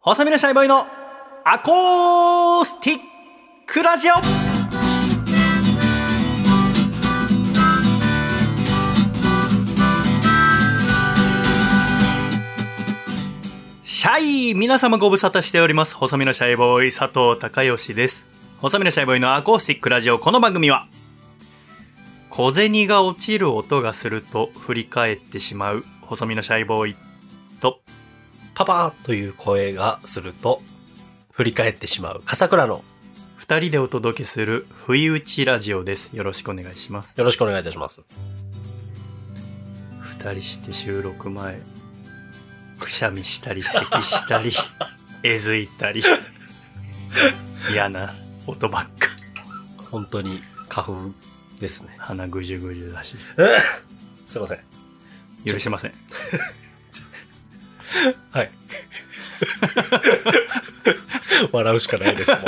細身のシャイボーイのアコースティックラジオシャイ皆様ご無沙汰しております細身のシャイボーイ佐藤孝義です細身のシャイボーイのアコースティックラジオこの番組は小銭が落ちる音がすると振り返ってしまう細身のシャイボーイとパパーという声がすると、振り返ってしまう笠倉の、二人でお届けする不意打ちラジオですよろしくお願いしますよろしくお願いいたします。二人して収録前くしゃみしたり咳した りえずいたり嫌な音ばっか本当に花粉ですね。鼻ぐじゅぐじゅだしすいません。許しませんはい。 笑うしかないです、もう。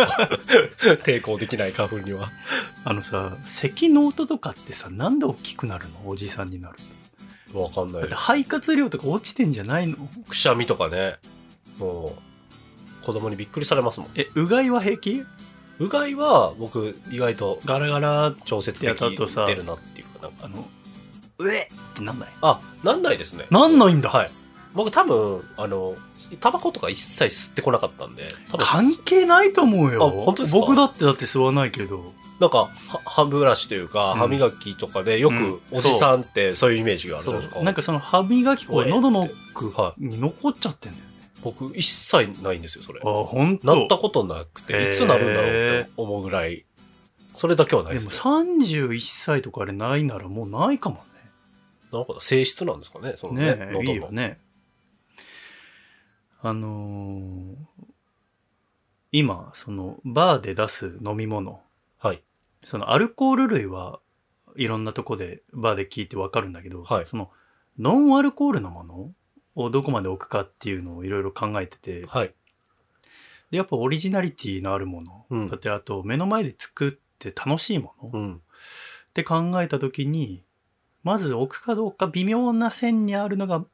抵抗できない花粉には。あのさ咳の音とかってさなんで大きくなるのおじさんになるとわかんだなっいて。肺活量とか落ちてんじゃないのくしゃみとかね、もう、子供にびっくりされますもん。えうがいは平気うがいは、僕、意外とガラガラ調節的いやだとさに出るなっていうか、なんか。あのうえってなんないあ、なんないですね。なんないんだ、はい。僕多分、あの、タバコとか一切吸ってこなかったんで、多分関係ないと思うよあ本当ですか僕だってだって吸わないけどなんか、は歯ブラシというか、うん歯磨きとかでようくんおじさんってそういうイメージがあるじゃないですそか。うなんかその歯磨き粉が喉の奥はに残っちゃってんだよね、僕一切ないんですよ、それ。あ本なった当。ことなくへて、ーいつなるんだろうって思うぐらい、それだけはないででもすね。 31歳とかあれないならもうないかもなんか性質なんですかね、そのねね、ね喉いの。いよねあのー今そのバーで出す飲み物はい。そのアルコール類はいろんなとこでバーで聞いてわかるんだけど、はいそのノンアルコールのものをどこまで置くかっていうのをいろいろ考えててはい。でやっぱオリジナリティのあるもの、うんだってあと目の前で作って楽しいもの、うっん。て考えた時にまず置くかどうか微妙な線にあるのが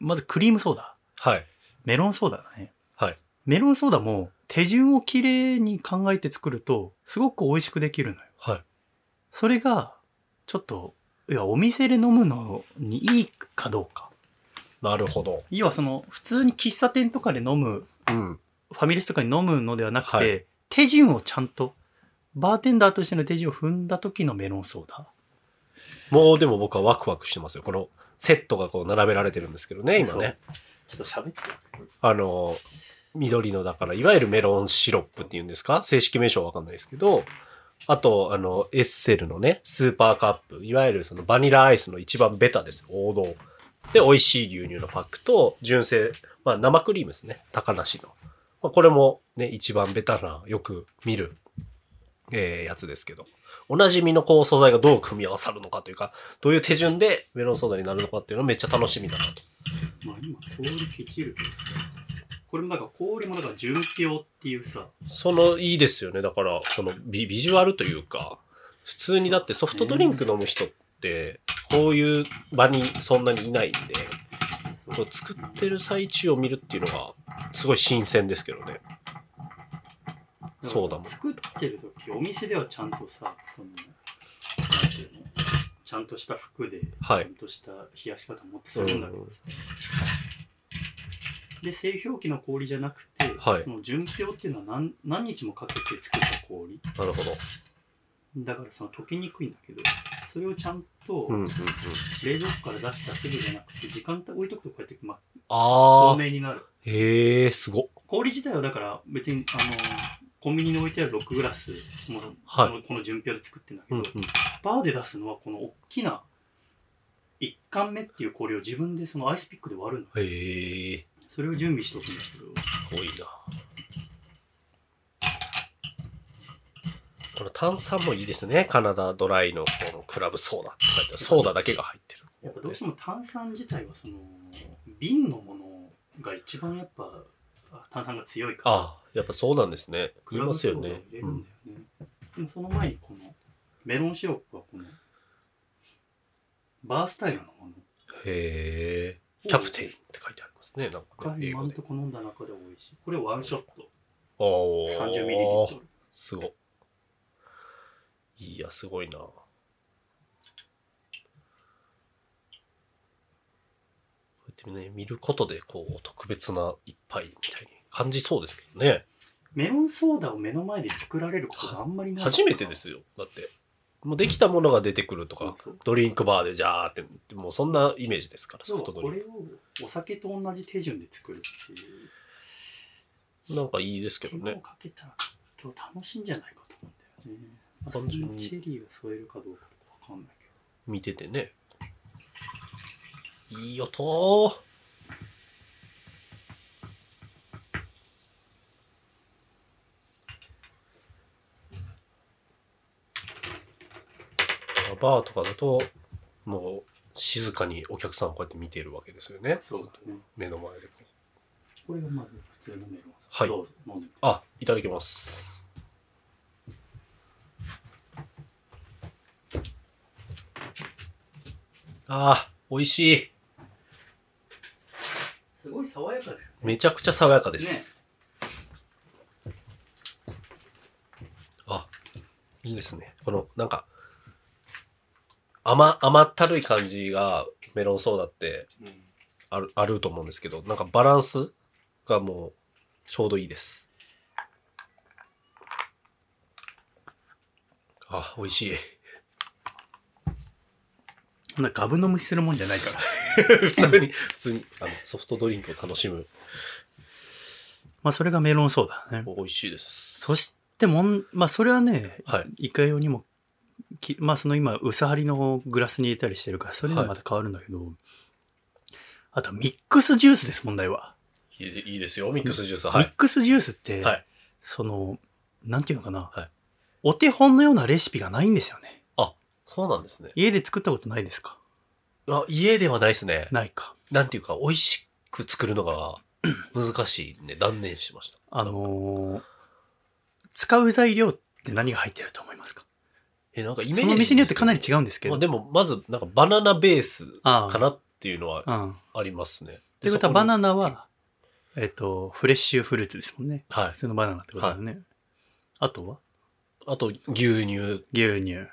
まずクリームソーダはい。メロンソーダだねはい。メロンソーダも手順をきれいに考えて作るとすごく美味しくできるのよはい。それがちょっといやお店で飲むのにいいかどうかなるほど。要はその普通に喫茶店とかで飲むうん。ファミレスとかに飲むのではなくて、は手順をちゃんと、バーテンダーとしての手順を踏んだ時のメロンソーダ。もうでも僕はワクワクしてますよ。このセットがこう並べられてるんですけどね、今ね。ちょっと喋って。あの、緑のだから、いわゆるメロンシロップっていうんですか正式名称はわかんないですけど、あと、あの、エッセルのね、スーパーカップ、いわゆるそのバニラアイスの一番ベタです。王道。で、美味しい牛乳のパックと、純正、まあ生クリームですね。高梨の。まあ、これもね、一番ベタな、よく見る、えーやつですけど。おなじみのこう素材がどう組み合わさるのかというか、どういう手順でメロンソーダになるのかっていうのはめっちゃ楽しみだなと。まあ今、氷ケチるけどさ。これもなんか氷もだから純氷っていうさ。そのいいですよね。だから、そのビビジュアルというか、普通にだってソフトドリンク飲む人って、こういう場にそんなにいないんで、こう作ってる最中を見るっていうのが、すごい新鮮ですけどね。そうだもん作ってる時、お店ではちゃんとさ、その、なんていうのちゃんとした服で、はいちゃんとした冷やし方持ってするんだけどさ。で、製氷機の氷じゃなくて、はいその純氷っていうのは何何日もかけて作った氷なるほど。だからその溶けにくいんだけどそれをちゃんとうんうんうん。冷蔵庫から出したすぐじゃなくて時間帯置いとくとこうやって、まあ、あ透ー。明になるへえー、すごっ。氷自体はだから別にあのコンビニに置いてある6グラスもの、はいそのこの純氷で作ってんだけうんど、うん。バーで出すのはこの大きな1貫目っていう氷を自分でそのアイスピックで割るのへえそれを準備しておくんだけどー、すごいな。この炭酸もいいですね。カナダドライのこのクラブソーダって書いてある。ソーダだけが入ってる。やっぱどうしても炭酸自体はその瓶のものが一番やっぱ炭酸が強いからああ、やっぱそうなんですね。言いますよね。クラブソーダを入れうるんんだよねでもその前にこのメロンシロップはこのバースタイルのものへえ。キャプンテンって書いてありますですね、なんか他ね、に映今画んで。とこ飲んだ中で多いし、これワンショット。おー 30ml。すご。いや、すごいな。こうやってね、見ることで、こう、特別な一杯みたいに感じそうですけどね。メロンソーダを目の前で作られることがあんまりない。初めてで。すよ。だって。もうできたものが出てくるとそうか、そうドリンクバーでジャーって、もうそんなイメージですから、ソフトドリこンれク。をお酒と同じ手順で作るっていう。なんかいいですけど手間をね。かけたらちょっと楽しいんじゃないかと思うんだよね。ま単純にあチェリーを添えるかどうかわかんないけど。見ててね。いい音バーとかだと、もう静かにお客さんをこうやって見てるわけですよね。ずっとね。目の前でこう。これがまず普通のメロンソーダ。はいどうぞ飲んでみて。あ、いただきます。あー、美味しい。すごい爽やかだよね。めちゃくちゃ爽やかです。あ、いいですね。この、なんか、甘、甘ったるい感じがメロンソーダってある、あると思うんですけど、なんかバランスがもうちょうどいいです。あ、美味しい。 そんなガブ飲みするもんじゃないから。 普通に、普通に、あの、ソフトドリンクを楽しむ。まあそれがメロンソーダね。美味しいです。そしてもん、まあそれはね、はい。いかようにもき、まあその今、薄張りのグラスに入れたりしてるから、それにはまた変わるんだけど、あとミックスジュースです、問題は。いいいいですよ、ミックスジュース。ミッ。クスジュースって、はいその、なんていうのかな、はいお手本のようなレシピがないんですよね。そうなんですね。家で作ったことないですかあ、家ではないですね。ないか。なんていうか、美味しく作るのが 難しいね。断念しました。あのー使う材料って何が入ってると思いますかえ、なんかイメージ。その店によってかなり違うんですけまど。あでも、まず、なんかバナナベースあかなっていうのはあ、うん。ありますね。ということそはにバナナは、えっ、と、フレッシュフルーツですもんね。はい普。通のバナナってことだよね。あとはあと、牛乳。牛乳。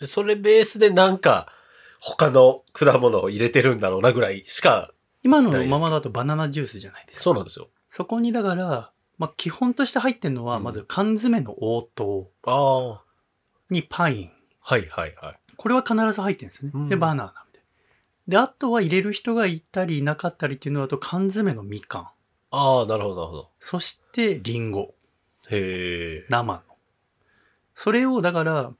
でそれベースでなんか、他の果物を入れてるんだろうなぐらいしか、今のままだとバナナジュースじゃないですか。そうなんですよ。そこにだから、まあ、基本として入ってるのは、うんまず缶詰の応答ああ。はにパイン。いはいはい。これは必ず入ってるんですようね。んで、バナナみたいな。で、あとは入れる人がいたりいなかったりっていうのだと、缶詰のみかん。ああ、なるほどなるほど。そして、リンゴ。へえ。生の。それを、だから、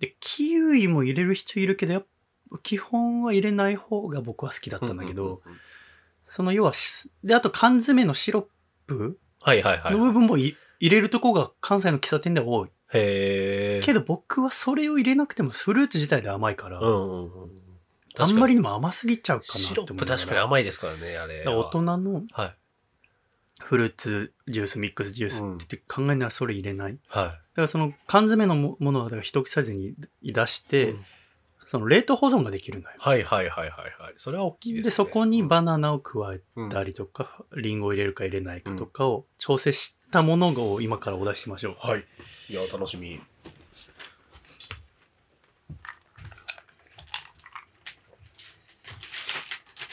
で、キウイも入れる人いるけど、やっぱ基本は入れない方が僕は好きだったんだけど、ううんうんうん。その要はし、で、あと缶詰のシロップはいはいはいの。部分もい、入れるとこが関西の喫茶店では多い。へえ。けど僕はそれを入れなくてもフルーツ自体で甘いから、うんうんうん。あんまり確かににも甘すぎちゃうかなシってロ思ッうプ確かに甘いですからね、あれだからは。大人のはい。フルーツジュースミックスジュースって考えならそれ入れない、だはからその缶詰のもものはだから一口サイズに出しい。て、うんその冷凍保存ができるのよはいはいはいはいはい。それは大きいで,、ですそね。こにバナナを加えうんたりとか、リンゴを入れるか入れないかとかを調整したものを今からお出ししましょう、はい。いや、楽しみ。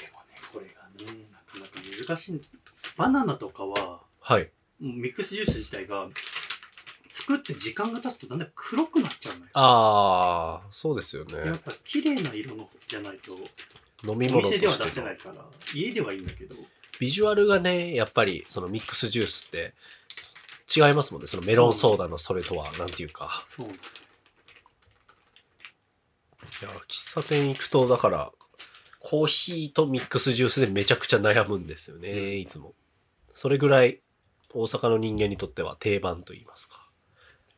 でもね、これがね、なかなか難しい。バナナとかは、はい。もうミックスジュース自体が、作って時間が経つとだんだん黒くなっちゃうのよ。ああ、そうですよやねっ。ぱ綺麗な色のじゃないと、飲みお物と店では出してせのないから、家ではいいんだけど、ビジュアルがね、やっぱり、そのミックスジュースって、違いますもんね。そのメロンソーダのそれとは、なんていうか。そうなのいや、喫茶店行くと、だから、コーヒーとミックスジュースでめちゃくちゃ悩むんですよね、いつも。それぐらい、大阪の人間にとっては定番と言いますか。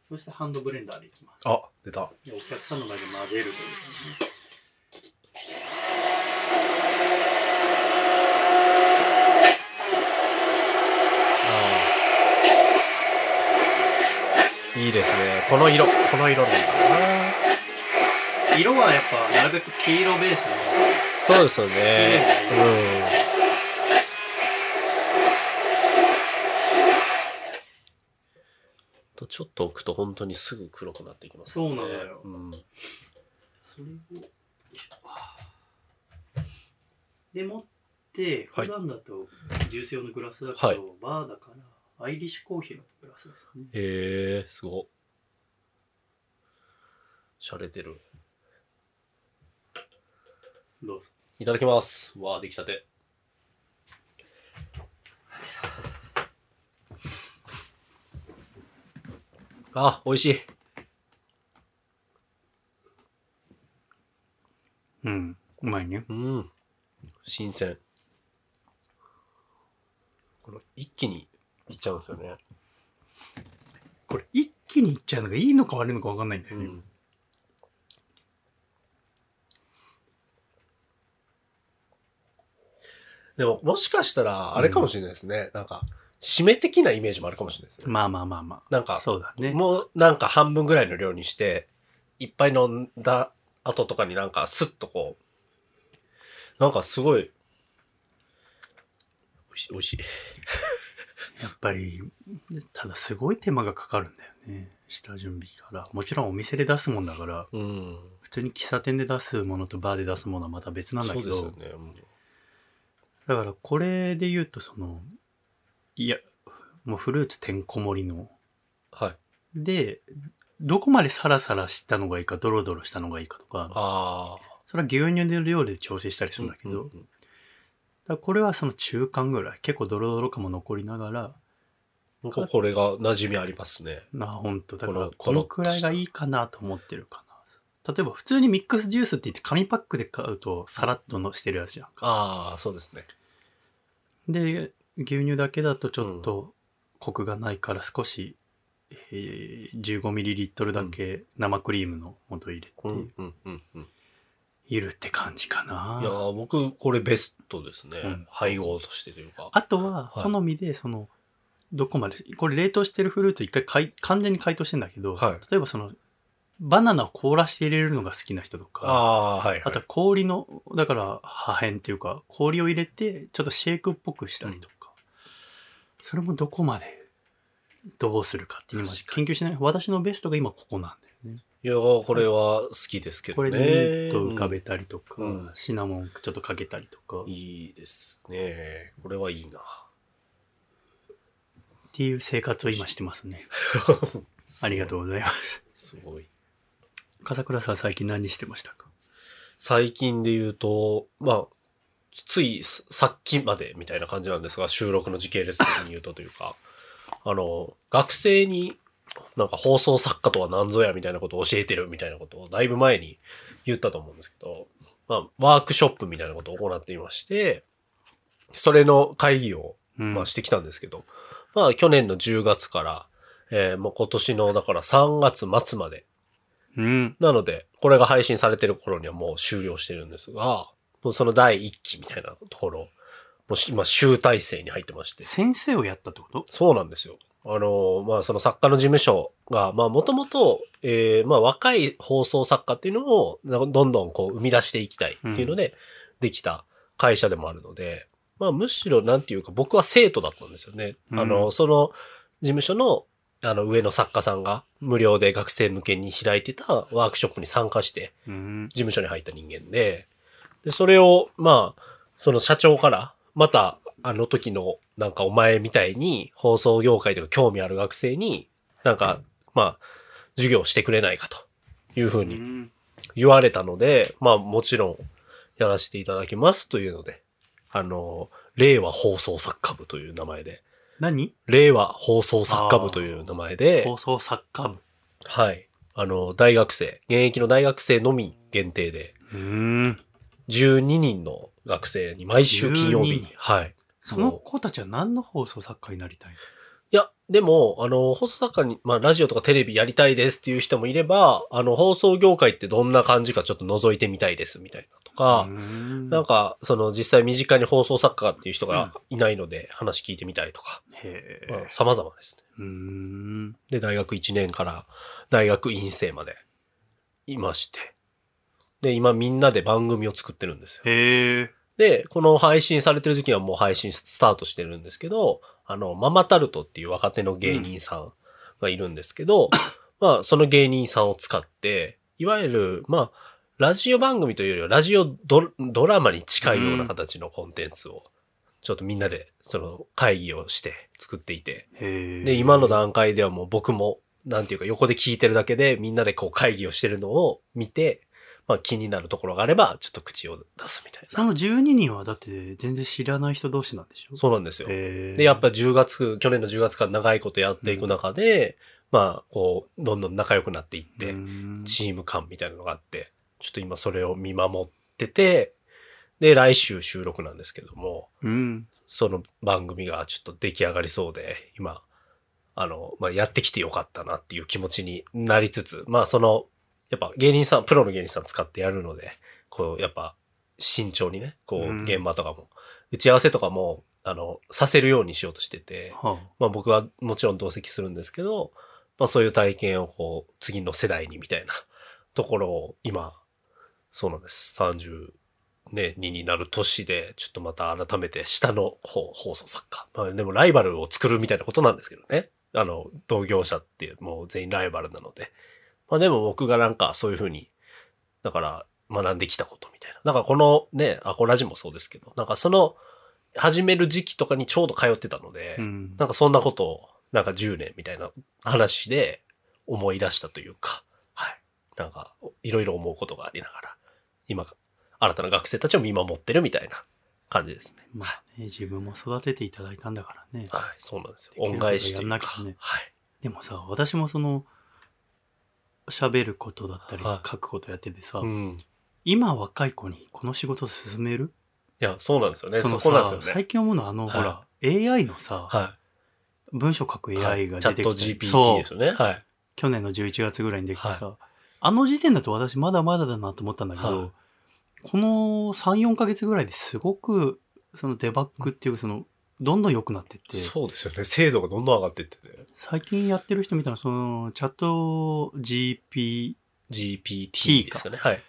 そしてハンドブレンダーでいきます。あ、出た。でお客さんの前で混ぜるというかね。いいですね。この色、この色なんだな。色はやっぱ、なるべく黄色ベースの、そうですよ綺麗ね。なちょっと置くと本当にすぐ黒くなっていきますそうなのようんそれをよいしょあーで持ってはい普段だとジュース用のグラスだけど、はいバーだからアイリッシュコーヒーのグラスですねへえすごっ洒落てるどうぞいただきますうわあできたてあ美味しいうん。うまいね。うん新鮮この一気にいっちゃうんですよねこれ、一気にいっちゃうのがいいのか悪いのか分かんないんだよね。うんでも、もしかしたら、あれかもしれないですね。なんか、締め的なイメージもあるかもしれないですね。まあまあまあまなんあ。か、そうだね。もうなんか半分ぐらいの量にして、いっぱい飲んだ後とかになんかスッとこう、なんかすごい、美味しい、美味しい。やっぱり、ただすごい手間がかかるんだよね。下準備から。もちろんお店で出すもんだから、うん。普通に喫茶店で出すものとバーで出すものはまた別なんだそけうでど、すよね。うんだからこれで言うとその、いや、もうフルーツてんこ盛りの。はい。で、どこまでサラサラしたのがいいか、ドロドロしたのがいいかとか、ああ。それは牛乳の量で調整したりするんだけど、うんうんうんだからこれはその中間ぐらい結構ドロドロ感も残りながらなんかこれが馴染みありますね。なほんとだかこらのこのくらいがいいかなと思ってるかな例えば普通にミックスジュースって言って紙パックで買うとさらっとのしてるやつじゃんかああ、そうですね。で牛乳だけだとちょっとコクがないから少し、えー 15ml だけ生クリームの元入れて、うんうんうんうん。いるって感じかないやー僕、これベストですね。うん配合としてというか。あとははい好みでその、どこまでこれ冷凍してるフルーツ一回かい完全に解凍してんだけど、はい例えばそのバナナを凍らして入れるのが好きな人とかあ,、あー、はい、はい。とは氷のだから破片っていうか氷を入れてちょっとシェイクっぽくしたりとか、それもどこまでどうするかって今確研究しない私のベストが今ここなんだよねいやーこれは好きですけこどね。れにミント浮かべたりとか、うんシナモンちょっとかけたりとかうんいいですね。これはいいな。っていう生活を今してますねありがとうございます すごい。笠倉さん最近何してましたか最近で言うと、まあ、ついささっきまでみたいな感じなんですが、収録の時系列的に言うとというか、 あの、学生になんか放送作家とは何ぞやみたいなことを教えてるみたいなことをだいぶ前に言ったと思うんですけど、まあ、ワークショップみたいなことを行っていまして、それの会議をうんまあしてきたんですけど、まあ去年の10月から、えーもう今年のだから3月末まで、うん。なので、これが配信されてる頃にはもう終了してるんですが、もうその第1期みたいなところ、もうし今集大成に入ってまして。先生をやったってことそうなんですよ。あの、まあ、その作家の事務所が、まあ、もともと、えーまあ、若い放送作家っていうのを、などんどんこう、生み出していきたいっていうので、できた会社でもあるので、まあ、むしろ、なんていうか、僕は生徒だったんですよね。あうの、んその、事務所の、あの、上の作家さんが、無料で学生向けに開いてたワークショップに参加して、うん事。務所に入った人間で、で、それを、まあ、その社長から、また、あの時の、なんかお前みたいに、放送業界とか興味ある学生に、なんか、まあ、授業してくれないかというふうに言われたので、まあもちろんやらせていただきますというので、あの、令和放送作家部という名前で、何令和放送作家部という名前で、放送作家部。はい。あの、大学生、現役の大学生のみ限定で、うん。 12人の学生に毎週金曜日12に。はい。その子たちは何の放送作家になりたいいや、でも、あの、放送作家に、まあ、ラジオとかテレビやりたいですっていう人もいれば、あの、放送業界ってどんな感じかちょっと覗いてみたいですみたいなとか、ななん、か、その、実際身近に放送作家っていう人がいないので、話聞いてみたいとか、へまあえ。様々ですね。うん。で、大学1年から大学院生までいまして、で、今みんなで番組を作ってるんですよ。へえ。で、この配信されてる時期はもう配信スタートしてるんですけど、あの、ママタルトっていう若手の芸人さんがいるんですけど、まあ、その芸人さんを使って、いわゆる、まあ、ラジオ番組というよりは、ラジオドドラマに近いような形のコンテンツを、ちょっとみんなで、その、会議をして作っていて、へで、今の段階ではもう僕も、なんていうか横で聞いてるだけで、みんなでこう会議をしてるのを見て、まあ気になるところがあれば、ちょっと口を出すみたいそな。の12人はだって全然知らない人同士なんでしょそうなんですよ。へーで、やっぱ10月、去年の10月から長いことやっていく中で、まあ、こう、どんどん仲良くなっていって、うんチーム感みたいなのがあって、ちょっと今それを見守ってて、で、来週収録なんですけども、うん。その番組がちょっと出来上がりそうで、今、あの、まあ、やってきてよかったなっていう気持ちになりつつ、まあ、その、やっぱ芸人さん、プロの芸人さん使ってやるので、こう、やっぱ、慎重にね、こうんう、現場とかも、打ち合わせとかも、あの、させるようにしようとしてて、はまあ、僕はもちろん同席するんですけど、まあ、そういう体験をこう、次の世代にみたいな ところを今、そうなんです。32になる年で、ちょっとまた改めて下の方放送作家。まあ、でもライバルを作るみたいなことなんですけどね。あの、同業者ってもう全員ライバルなので。まあでも僕がなんかそういうふうに、だから学んできたことみたいな。だからこのね、アコラジもそうですけど、なんかその、始める時期とかにちょうど通ってたので、あうんなんかそんなことを、なんか10年みたいな話で思い出したというか、はい。なんか、いろいろ思うことがありながら、今、新たな学生たちを見守ってるみたいな感じですね。まあね、自分も育てていただいたんだからね。はい、そうなんですできよ。ること恩返しとやんいうなきか、ゃねはい。でもさ、私もその、喋ることだったり、書はいくことやっててさ、うん。い今若い子にこの仕事を進める、や、そうなんですよね。そそのこなんさ、ですよね。最近思うのはあの、はほら、AI のさ、は文章書くい。はい AI がチャ出てットきて、 GPT そうですよね。はい。去年の11月ぐらいにできてさ、あの時点だと私まだまだだなと思ったんだけど、はいこの3、4ヶ月ぐらいですごく、そのデバッグっていうか、その、どんどん良くなってって、そうですよね。精度がどんどん上がっていってて、最近やってる人見たら、その、チャット GP GPT ですよね。はい。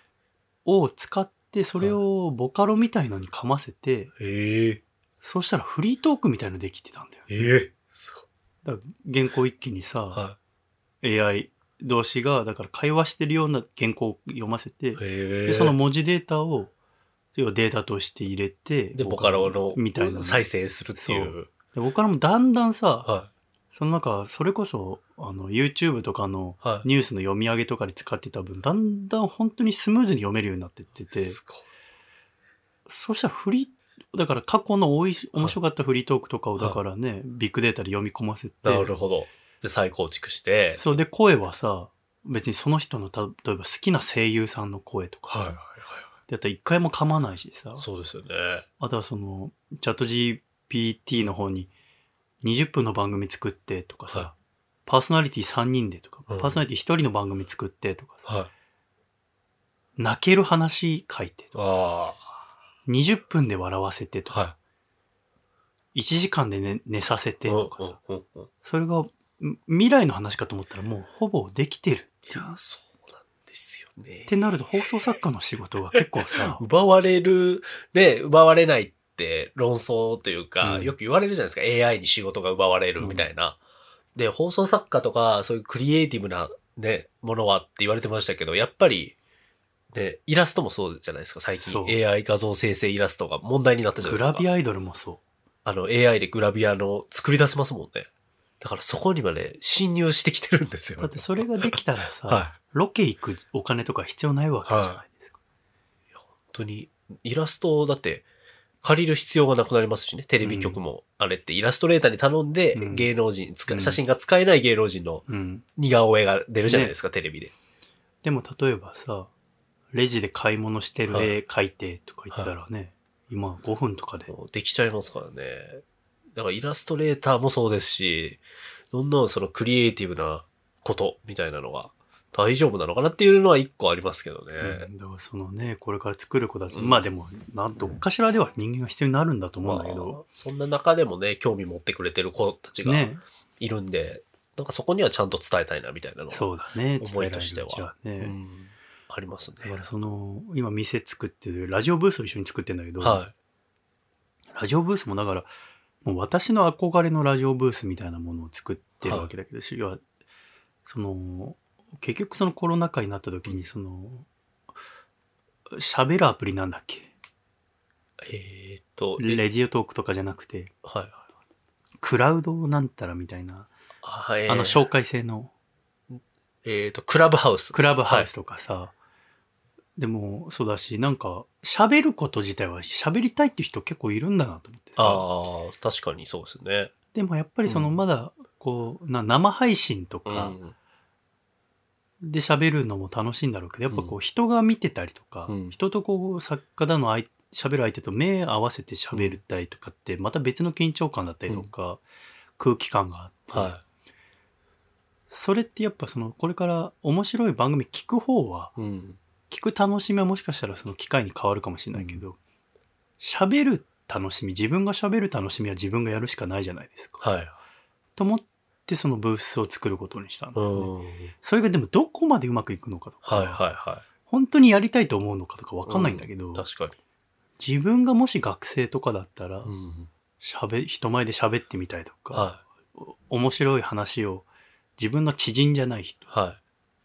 を使って、それをボカロみたいのにかませて、ええそうしたらフリートークみたいのできてたんだよ。ええすだから原稿一気にさ、ごい。は AI 同士が、だから会話してるような原稿を読ませてい。、ええでその文字データを、要はデータとして入れて、で、ボカロのみたいなの再生するってい。そうでボカロもだんだんさ、はその中、それこそ、あの、YouTube とかのい。はい。ニュースの読み上げとかに使ってた分、だんだん本当にスムーズに読めるようになってってて、すごいそしたらフリー、だから過去の多いし面白かったフリートークとかを、はだいからね、ビッグデータで読み込ませて、なるほど。で、再構築して。それで声はさ、別にその人の、た例えば好きな声優さんの声とかさ、はい。であと一回も噛まないしさ、そうですよね。あとはその、チャット GPT の方に、20分の番組作ってとかさ、はパーソナリティ3人でとか、うんパーソナリティ1人の番組作ってとかさ、はい。泣ける話書いてとかさ、あ20分で笑わせてとあ。か、は1時間で寝寝させい。てとかさ、うんうんうんうんそれがん未来の話かと思ったらもうほぼできてるっていいう。や、そうなんですよね、っ。てなると放送作家の仕事が結構さ 奪われる、で、奪われないって論争というか、うんよく言われるじゃないですか。AI に仕事が奪われるみたいな。で、放送作家とか、そういうクリエイティブなね、ものはって言われてましたけど、やっぱり、ね、イラストもそうじゃないですか。最そ近う AI 画像生成イラストが問題になったじゃグないですか。ラビアアイドルもそあの AI でグラビアの作り出せますもんね。だからそこにまで侵入してきてるんですよ。う。だってそれができたらさ、はい。ロケ行くお金とか必要ないわけじゃないですか。本当に、イラストをだって借りる必要がなくなりますしね。テレビ局も、あれってイラストレーターに頼んでうん芸能人、使ういん写真が使えない芸能人のうん。似顔絵が出るじゃないですか、テレビで。でも例えばさ、レジで買い物してるはい絵描いてとか言ったらね、今5分とかで。もうできちゃいますからね。だからイラストレーターもそうですし、どんどんそのクリエイティブなことみたいなのが大丈夫なのかなっていうのは一個ありますけどね。うんだからそのね、これから作る子たち、うんまあでも、なんどっかしらでは人間が必要になるんだと思うんだけまあど、そんな中でもね、興味持ってくれてる子たちがね、いるんで、なんかそこにはちゃんと伝えたいなみたいなのがそうだね、思いとしては伝えられるうちはうね。んありますね。だからその、今店作ってる、ラジオブースを一緒に作ってんだけど、はラジオブースもだから、もう私の憧れのラジオブースみたいなものを作ってるわけだけど、要はその結局そのコロナ禍になった時にその喋るアプリなんだっけえーっと、えレジオトークとかじゃなくてはいはい。クラウドなんたらみたいな、あ、えー、あの紹介制のえーっと、クラブハウス。クラブハウスとかさ、でもそうだしなんか喋ること自体は喋りたいって人結構いるんだなと思ってさああ、確かにそうですね。でもやっぱりそのうんまだこう、な生配信とうかん。で喋るのも楽しいんだろうけどやっぱこうう人が見てたりとか、うん人とこう作家だのあい喋る相手と目合わせて喋りたいとかってまた別の緊張感だったりとか、空気感があって、は。それってやっぱそのこれから面白い番組聞く方はいうん。聞く楽しみはもしかしたらその機会に変わるかもしれないけど喋、る楽しみ自分が喋る楽しみは自分がやるしかないじゃないですか。はい。と思ってそのブースを作ることにしたんだうよねん。はいそれがでもどこまでうまくいくのかとか、はいは本当にやりたいと思うのかとかわかんないんだけど、い。確かに。自分がもし学生とかだったらうん。しゃべ人前で喋ってみたいとか、は面白い話を自分の知人じゃない人い。は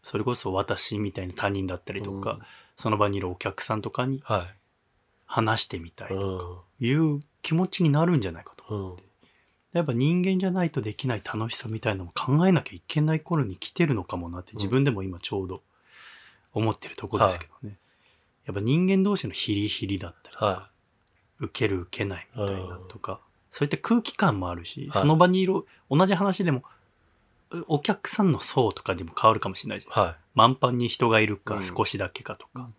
それこそ私みたいな他人だったりい。とか、その場にいるお客さんとかにうん。は話してみたいい。うとん。いう気持ちになるんじゃないかと。うん。やっぱ人間じゃないとできない楽しさみたいなのも考えなきゃいけない頃に来てるのかもなってうん自分でも今ちょうど思ってるとこですけどね、やっぱ人間同士のヒリヒリだったりは受ける受けないみたいなとか、そういった空気感もあるし、いその場にいる同じ話でもうお客さんの層とかにも変わるかもしれないじい。ゃんは満帆に人がいるうかん少しだけかとか、うん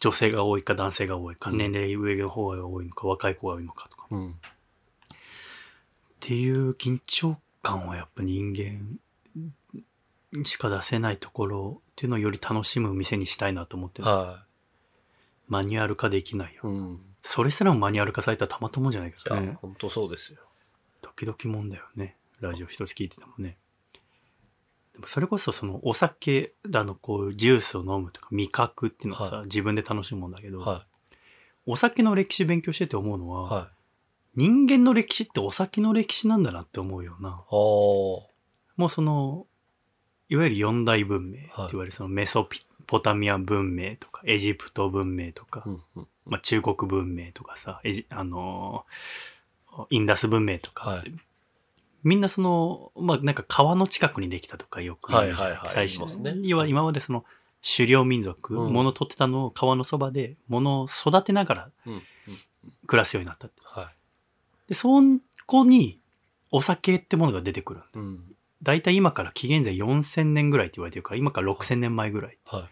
女性が多いか男性が多いか、うん年齢上の方が多いのか若い子が多いのかとかい。うん。っていう緊張感はやっぱ人間しか出せないところっていうのをより楽しむ店にしたいなと思ってる、はマニュアル化できないよ、い。うん。それすらもマニュアル化されたらたまったもんじゃないいからやね、本当そうですよ。時々もんだよねラジオ一つ聞いててもねでもそれこそそのお酒だのこうジュースを飲むとか味覚っていうのはさ、は自分で楽しむもんだけど、はお酒の歴史勉強してて思うのは、い。はい。人間の歴史ってお酒の歴史なんだなって思うよなおー。もうそのいわゆる四大文明ってはい言われるそのメソポタミア文明とかエジプト文明とか、うん。うん。まあ、中国文明とかさエジ、あのーインダス文明とか、はいみんなその、まあ、なんか川の近くにできたとかよくはじいゃないはいは最い言います初、ね要は今までその狩猟民族、うん物を取ってたのを川のそばで物を育てながらうん。暮らすようになったってはでそこにお酒ってものが出てくるい。うん。大体今から紀元前4000年ぐらいって言われてるから今から6000年前ぐらいは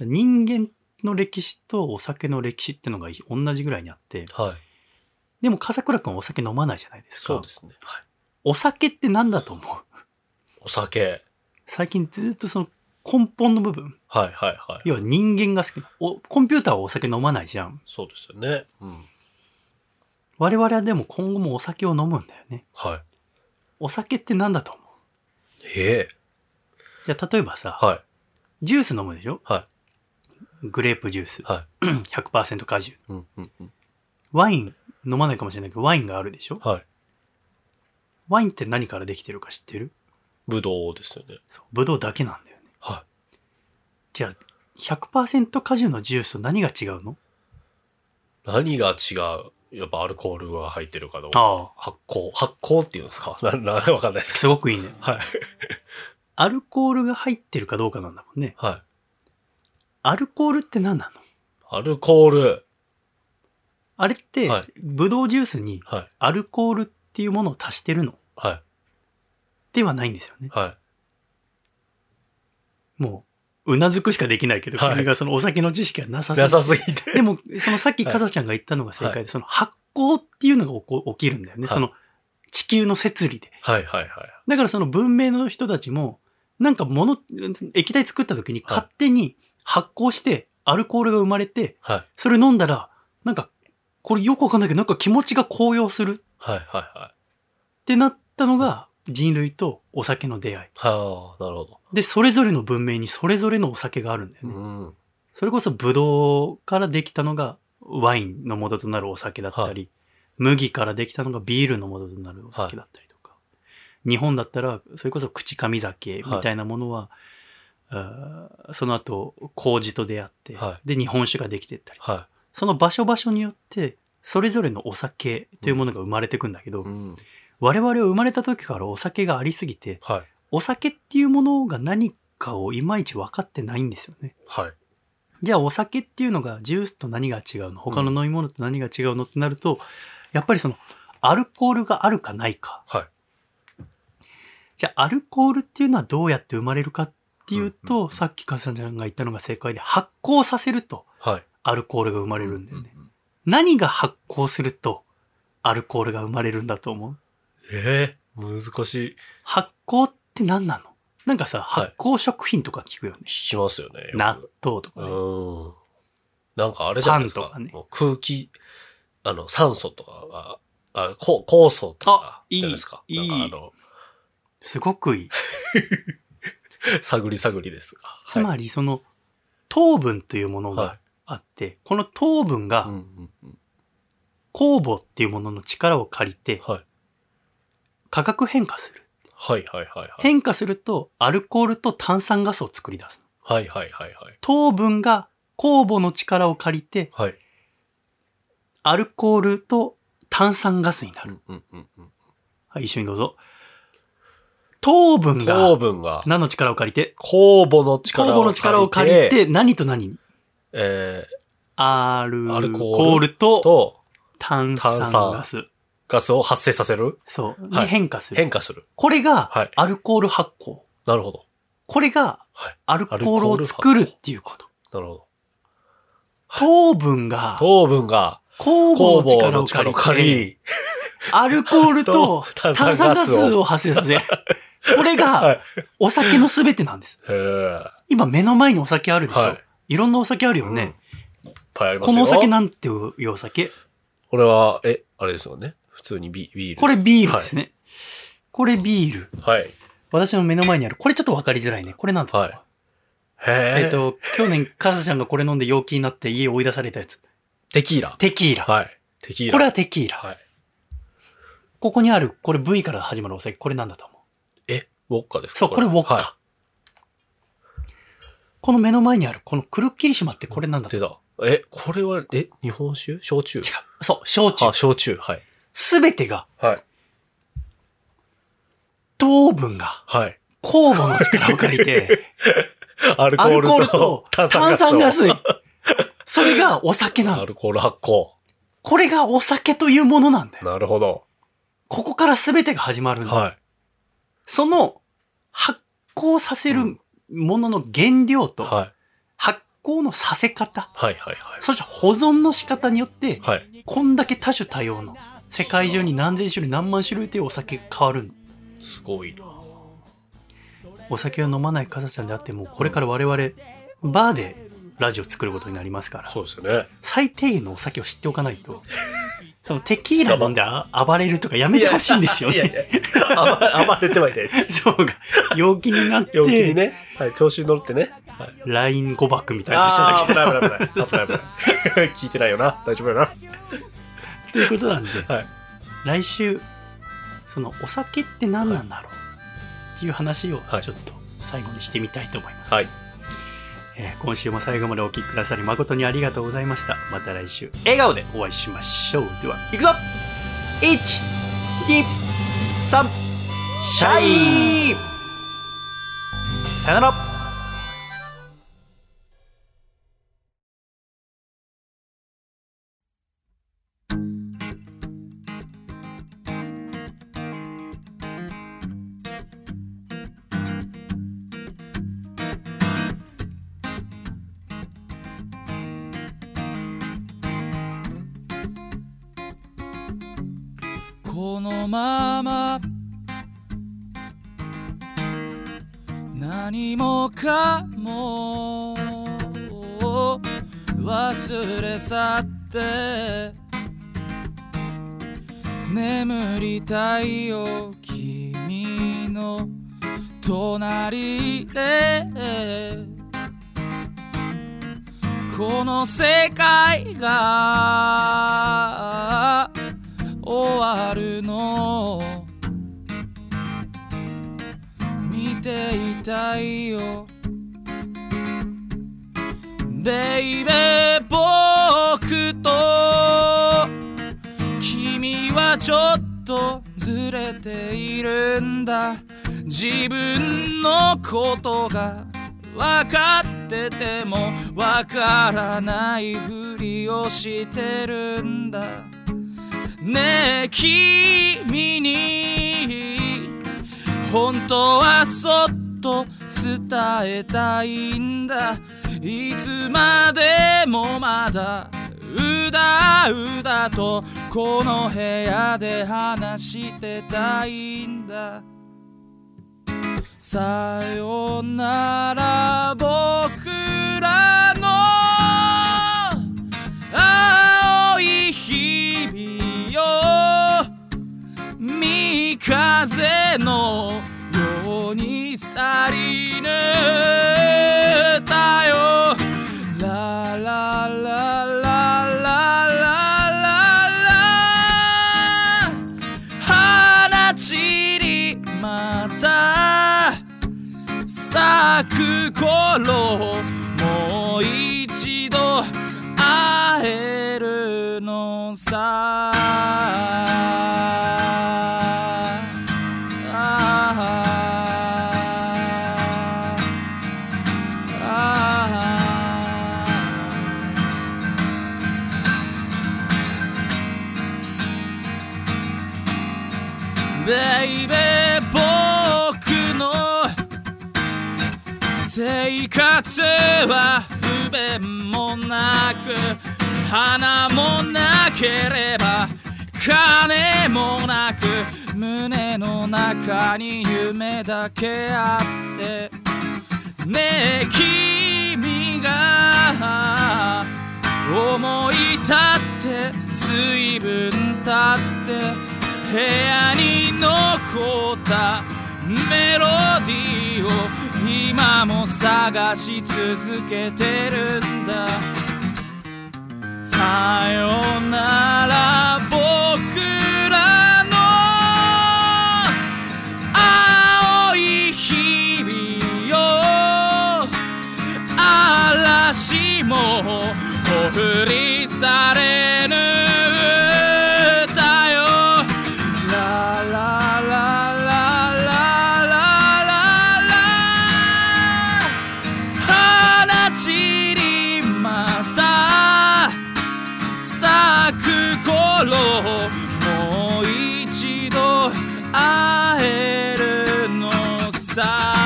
人間の歴史とお酒の歴史ってのが同じぐらいにあってい。はい。でも笠倉君はお酒飲まないじゃないですかそうですね。はい。お酒って何だと思うお酒。最近ずっとその根本の部分はいはいはい。要は人間が好きなおコンピューターはお酒飲まないじゃんそうですよね。うん。我々はでも今後もお酒を飲むんだよねはお酒って何だと思うい。へえ。じゃあ例えばさ、はジュース飲むでしょはグレープジュースい。は100%果汁。い。うん。うん。うん。ワイン飲まないかもしれないけど、ワインがあるでしょはい。ワインって何からできてるか知ってるぶどうですよね。そう、ブドウだけなんだよね。はじゃあ、100%果汁のジュースと何が違うのい。何が違うやっぱアルコールが入ってるかどうか。ああ、発酵。発酵っていうんですかな、な、わかんないですけすごくいいね。ど。 はい。アルコールが入ってるかどうかなんだもんね。はい。アルコールって何なのアルコール。あれってはい、ブドウジュースにはい。アルコールっていうものを足してるのはではないんですよねい。。はもう、うなずくしかできないけど、はい君がそのお酒の知識がなさい。すぎなてさすぎて。でも、そのさ っきかさちゃんが言ったのが正解で、はその発酵っていうのが起こ起きるんだよね。はいその地球の摂理で。はいはいはい。だからその文明の人たちも、なんか物、液体作った時にはい勝手に発酵してアルコールが生まれて、はい。それ飲んだら、なんか、これよくわかんないけど、なんか気持ちが高揚するっはいはいはい。てなったのが人類とお酒の出会い。はあ、なるほど。で、それぞれの文明にそれぞれのお酒があるんだようね。ん。それこそブドウからできたのがワインの元となるお酒だったり、は麦からできたのがビールの元となるお酒だったりとか、日本だったらそれこそ口上酒みたいなものは、あーその後麹と出会って、はで日本酒ができてったりはその場所場所によってそれぞれのお酒というものが生まれてくんだけど、い。ん。我々は生まれた時からお酒がありすぎてはい。お酒っていうものが何かをいまいち分かってないんですよね。はい。じゃあお酒っていうのがジュースと何が違うの他の飲み物と何が違うのってなると、やっぱりそのアルコールがあるかないか。はいじゃあアルコールっていうのはどうやって生まれるかっていうと、さっきかさちゃんが言ったのが正解で発酵させるとはい。アルコールが生まれるんだよね。ううんうん何が発酵するとアルコールが生まれるんだと思うええ難しい。発酵って何なのなんかさ、はい発酵食品とか聞くよね。しますよね。よく納豆とかね。うん。なんかあれじゃないですか。パンとかねもう空気、あの、酸素とかは、あ、こう酵素とかあ、いいじゃないですか。いいなんかあの、すごくいい。探り探りですが。つまり、りその糖分というものはがあって、この糖分い。がんうん。酵母っていうものの力を借りてはい。化学変化する。はいはいはいはい。変化するとアルコールと炭酸ガスを作り出す。はいはいはいはい。糖分が酵母の力を借りてはい。アルコールと炭酸ガスになうる。んうんうんうん。はい、一緒にどうぞ。糖分糖が分が、何の力を借りて酵母の酵力を母の力を借り、て何と何にえアルアルコールコールー、とと、炭酸ガス。ガスを発生させるそう。はにい変化する。変化する。これはがいアルコール発酵。なるほど。これがはいアルコールを作るっていうこと。なるほど。糖分が糖分が、酵酵母母のの力力をを借借りて、り、アルコールとと炭 酸炭酸ガガススをを発生させる。これ はがいお酒のすべてなんです。へー今目の前にお酒あるでしょ。はいい、ろんなお酒あるよね。いっぱいありますこよのお酒なんていうお酒これは、え、あれですよね。普通にビビール。これビールですね。これビール。はい。私の目の前にある。これちょっとわかりづらいね。これなんだったかなはいえへえっ、と、去年、かさちゃんがこれ飲んで陽気になって家を追い出されたやつ。テキーラ。テキーラ。はい。テキーラ。これはテキーラ。はい。ここにある、これ V から始まるお酒、これなんだと思うえ、ウォッカですかそう、これウォッカ。はこの目の前にある、このクルッキリシマってこれなんだいと出思うた。え、これは、え、日本酒焼酎違う。そう、焼酎。あ、焼酎。はい。すべてが、はい。糖分が、はい。酵母の 力を借りて、アルコアールルコールとと炭炭酸ガス。酸ガス。それがお酒なアの。ルコール発酵。これがお酒というものなんだよ。なるほど。ここからすべてが始まるんだ。はその発酵させうるんものの原料い。とはい。発酵のさせ方、はいはいはい。そして保存の仕方によって、はい。こんだけ多種多様の世界中に何千種類何万種類というお酒が変わるのすごいな。お酒を飲まないかさちゃんであってもこれから我々バーでラジオ作ることになりますからそうですよね。最低限のお酒を知っておかないと そのテキーラ飲んであ暴れるとかやめてほしいんですよいやいね。や。暴れては いないです。そうか陽気になって陽気にね。はい。調子に乗ってね。はい。ライン誤爆みたいなのしただけああー、危ない危ない危ない。危ない危ない。 聞いてないよな。大丈夫よな。ということなんで、はい来週そのお酒って何なんだろう、っていう話をはいちょっと最後にしてみたいと思います、はい。えー今週も最後までお聴きくださり誠にありがとうございましたまた来週笑顔でお会いしましょうではいくぞ123シャイさよならこのまま何もかも忘れ去って眠りたいよ君の隣でこの世界が終わるのていたいよベイベー僕と君はちょっとずれているんだ自分のことが分かってても分からないふりをしてるんだねえ君に本当はそっと伝えたいんだいつまでもまだうだうだとこの部屋で話してたいんださよなら僕らの青い日々よ三風のように去りぬたよララララララララ花散りまた咲く頃もう一度会えるのさあああベイベー僕の生活は不便もなく花もなければ金もなく胸の中に夢だけあってねえ君が思い立って随分経って部屋に残ったメロディーを今も探し続けてるんださよなら僕らの青い日々よ嵐もほふりされぬ歌よララララララララ花散りまた咲く頃もう一度会えるのさ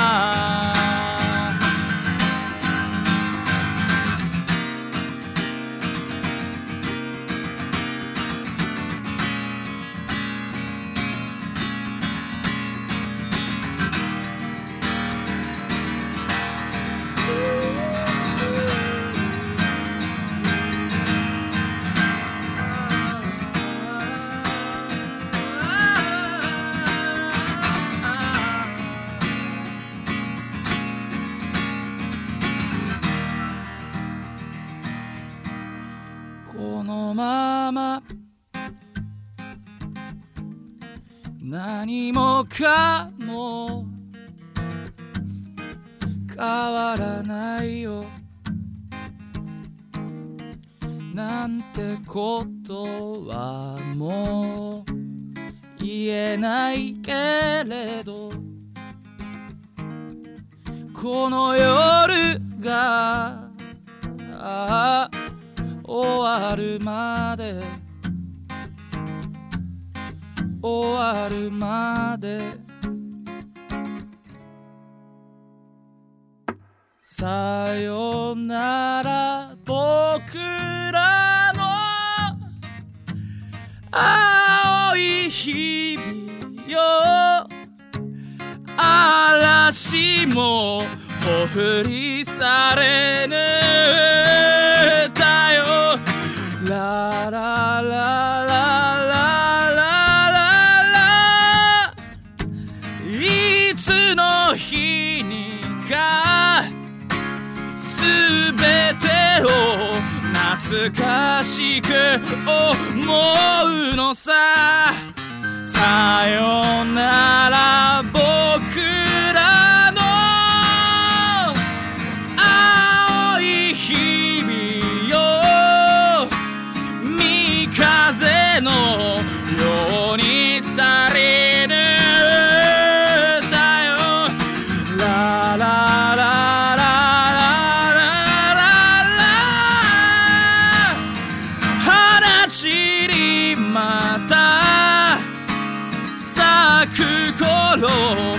このまま何もかも変わらないよなんてことはもう言えないけれどこの夜がああ終わるまで終わるまでさよなら僕らの青い日々よ嵐もほふりされぬ歌よララララララララいつの日にかすべてを夏しく思うのささよなら僕らの青い日々よ三風のように去りぬたよラララララララ花散りまた咲く頃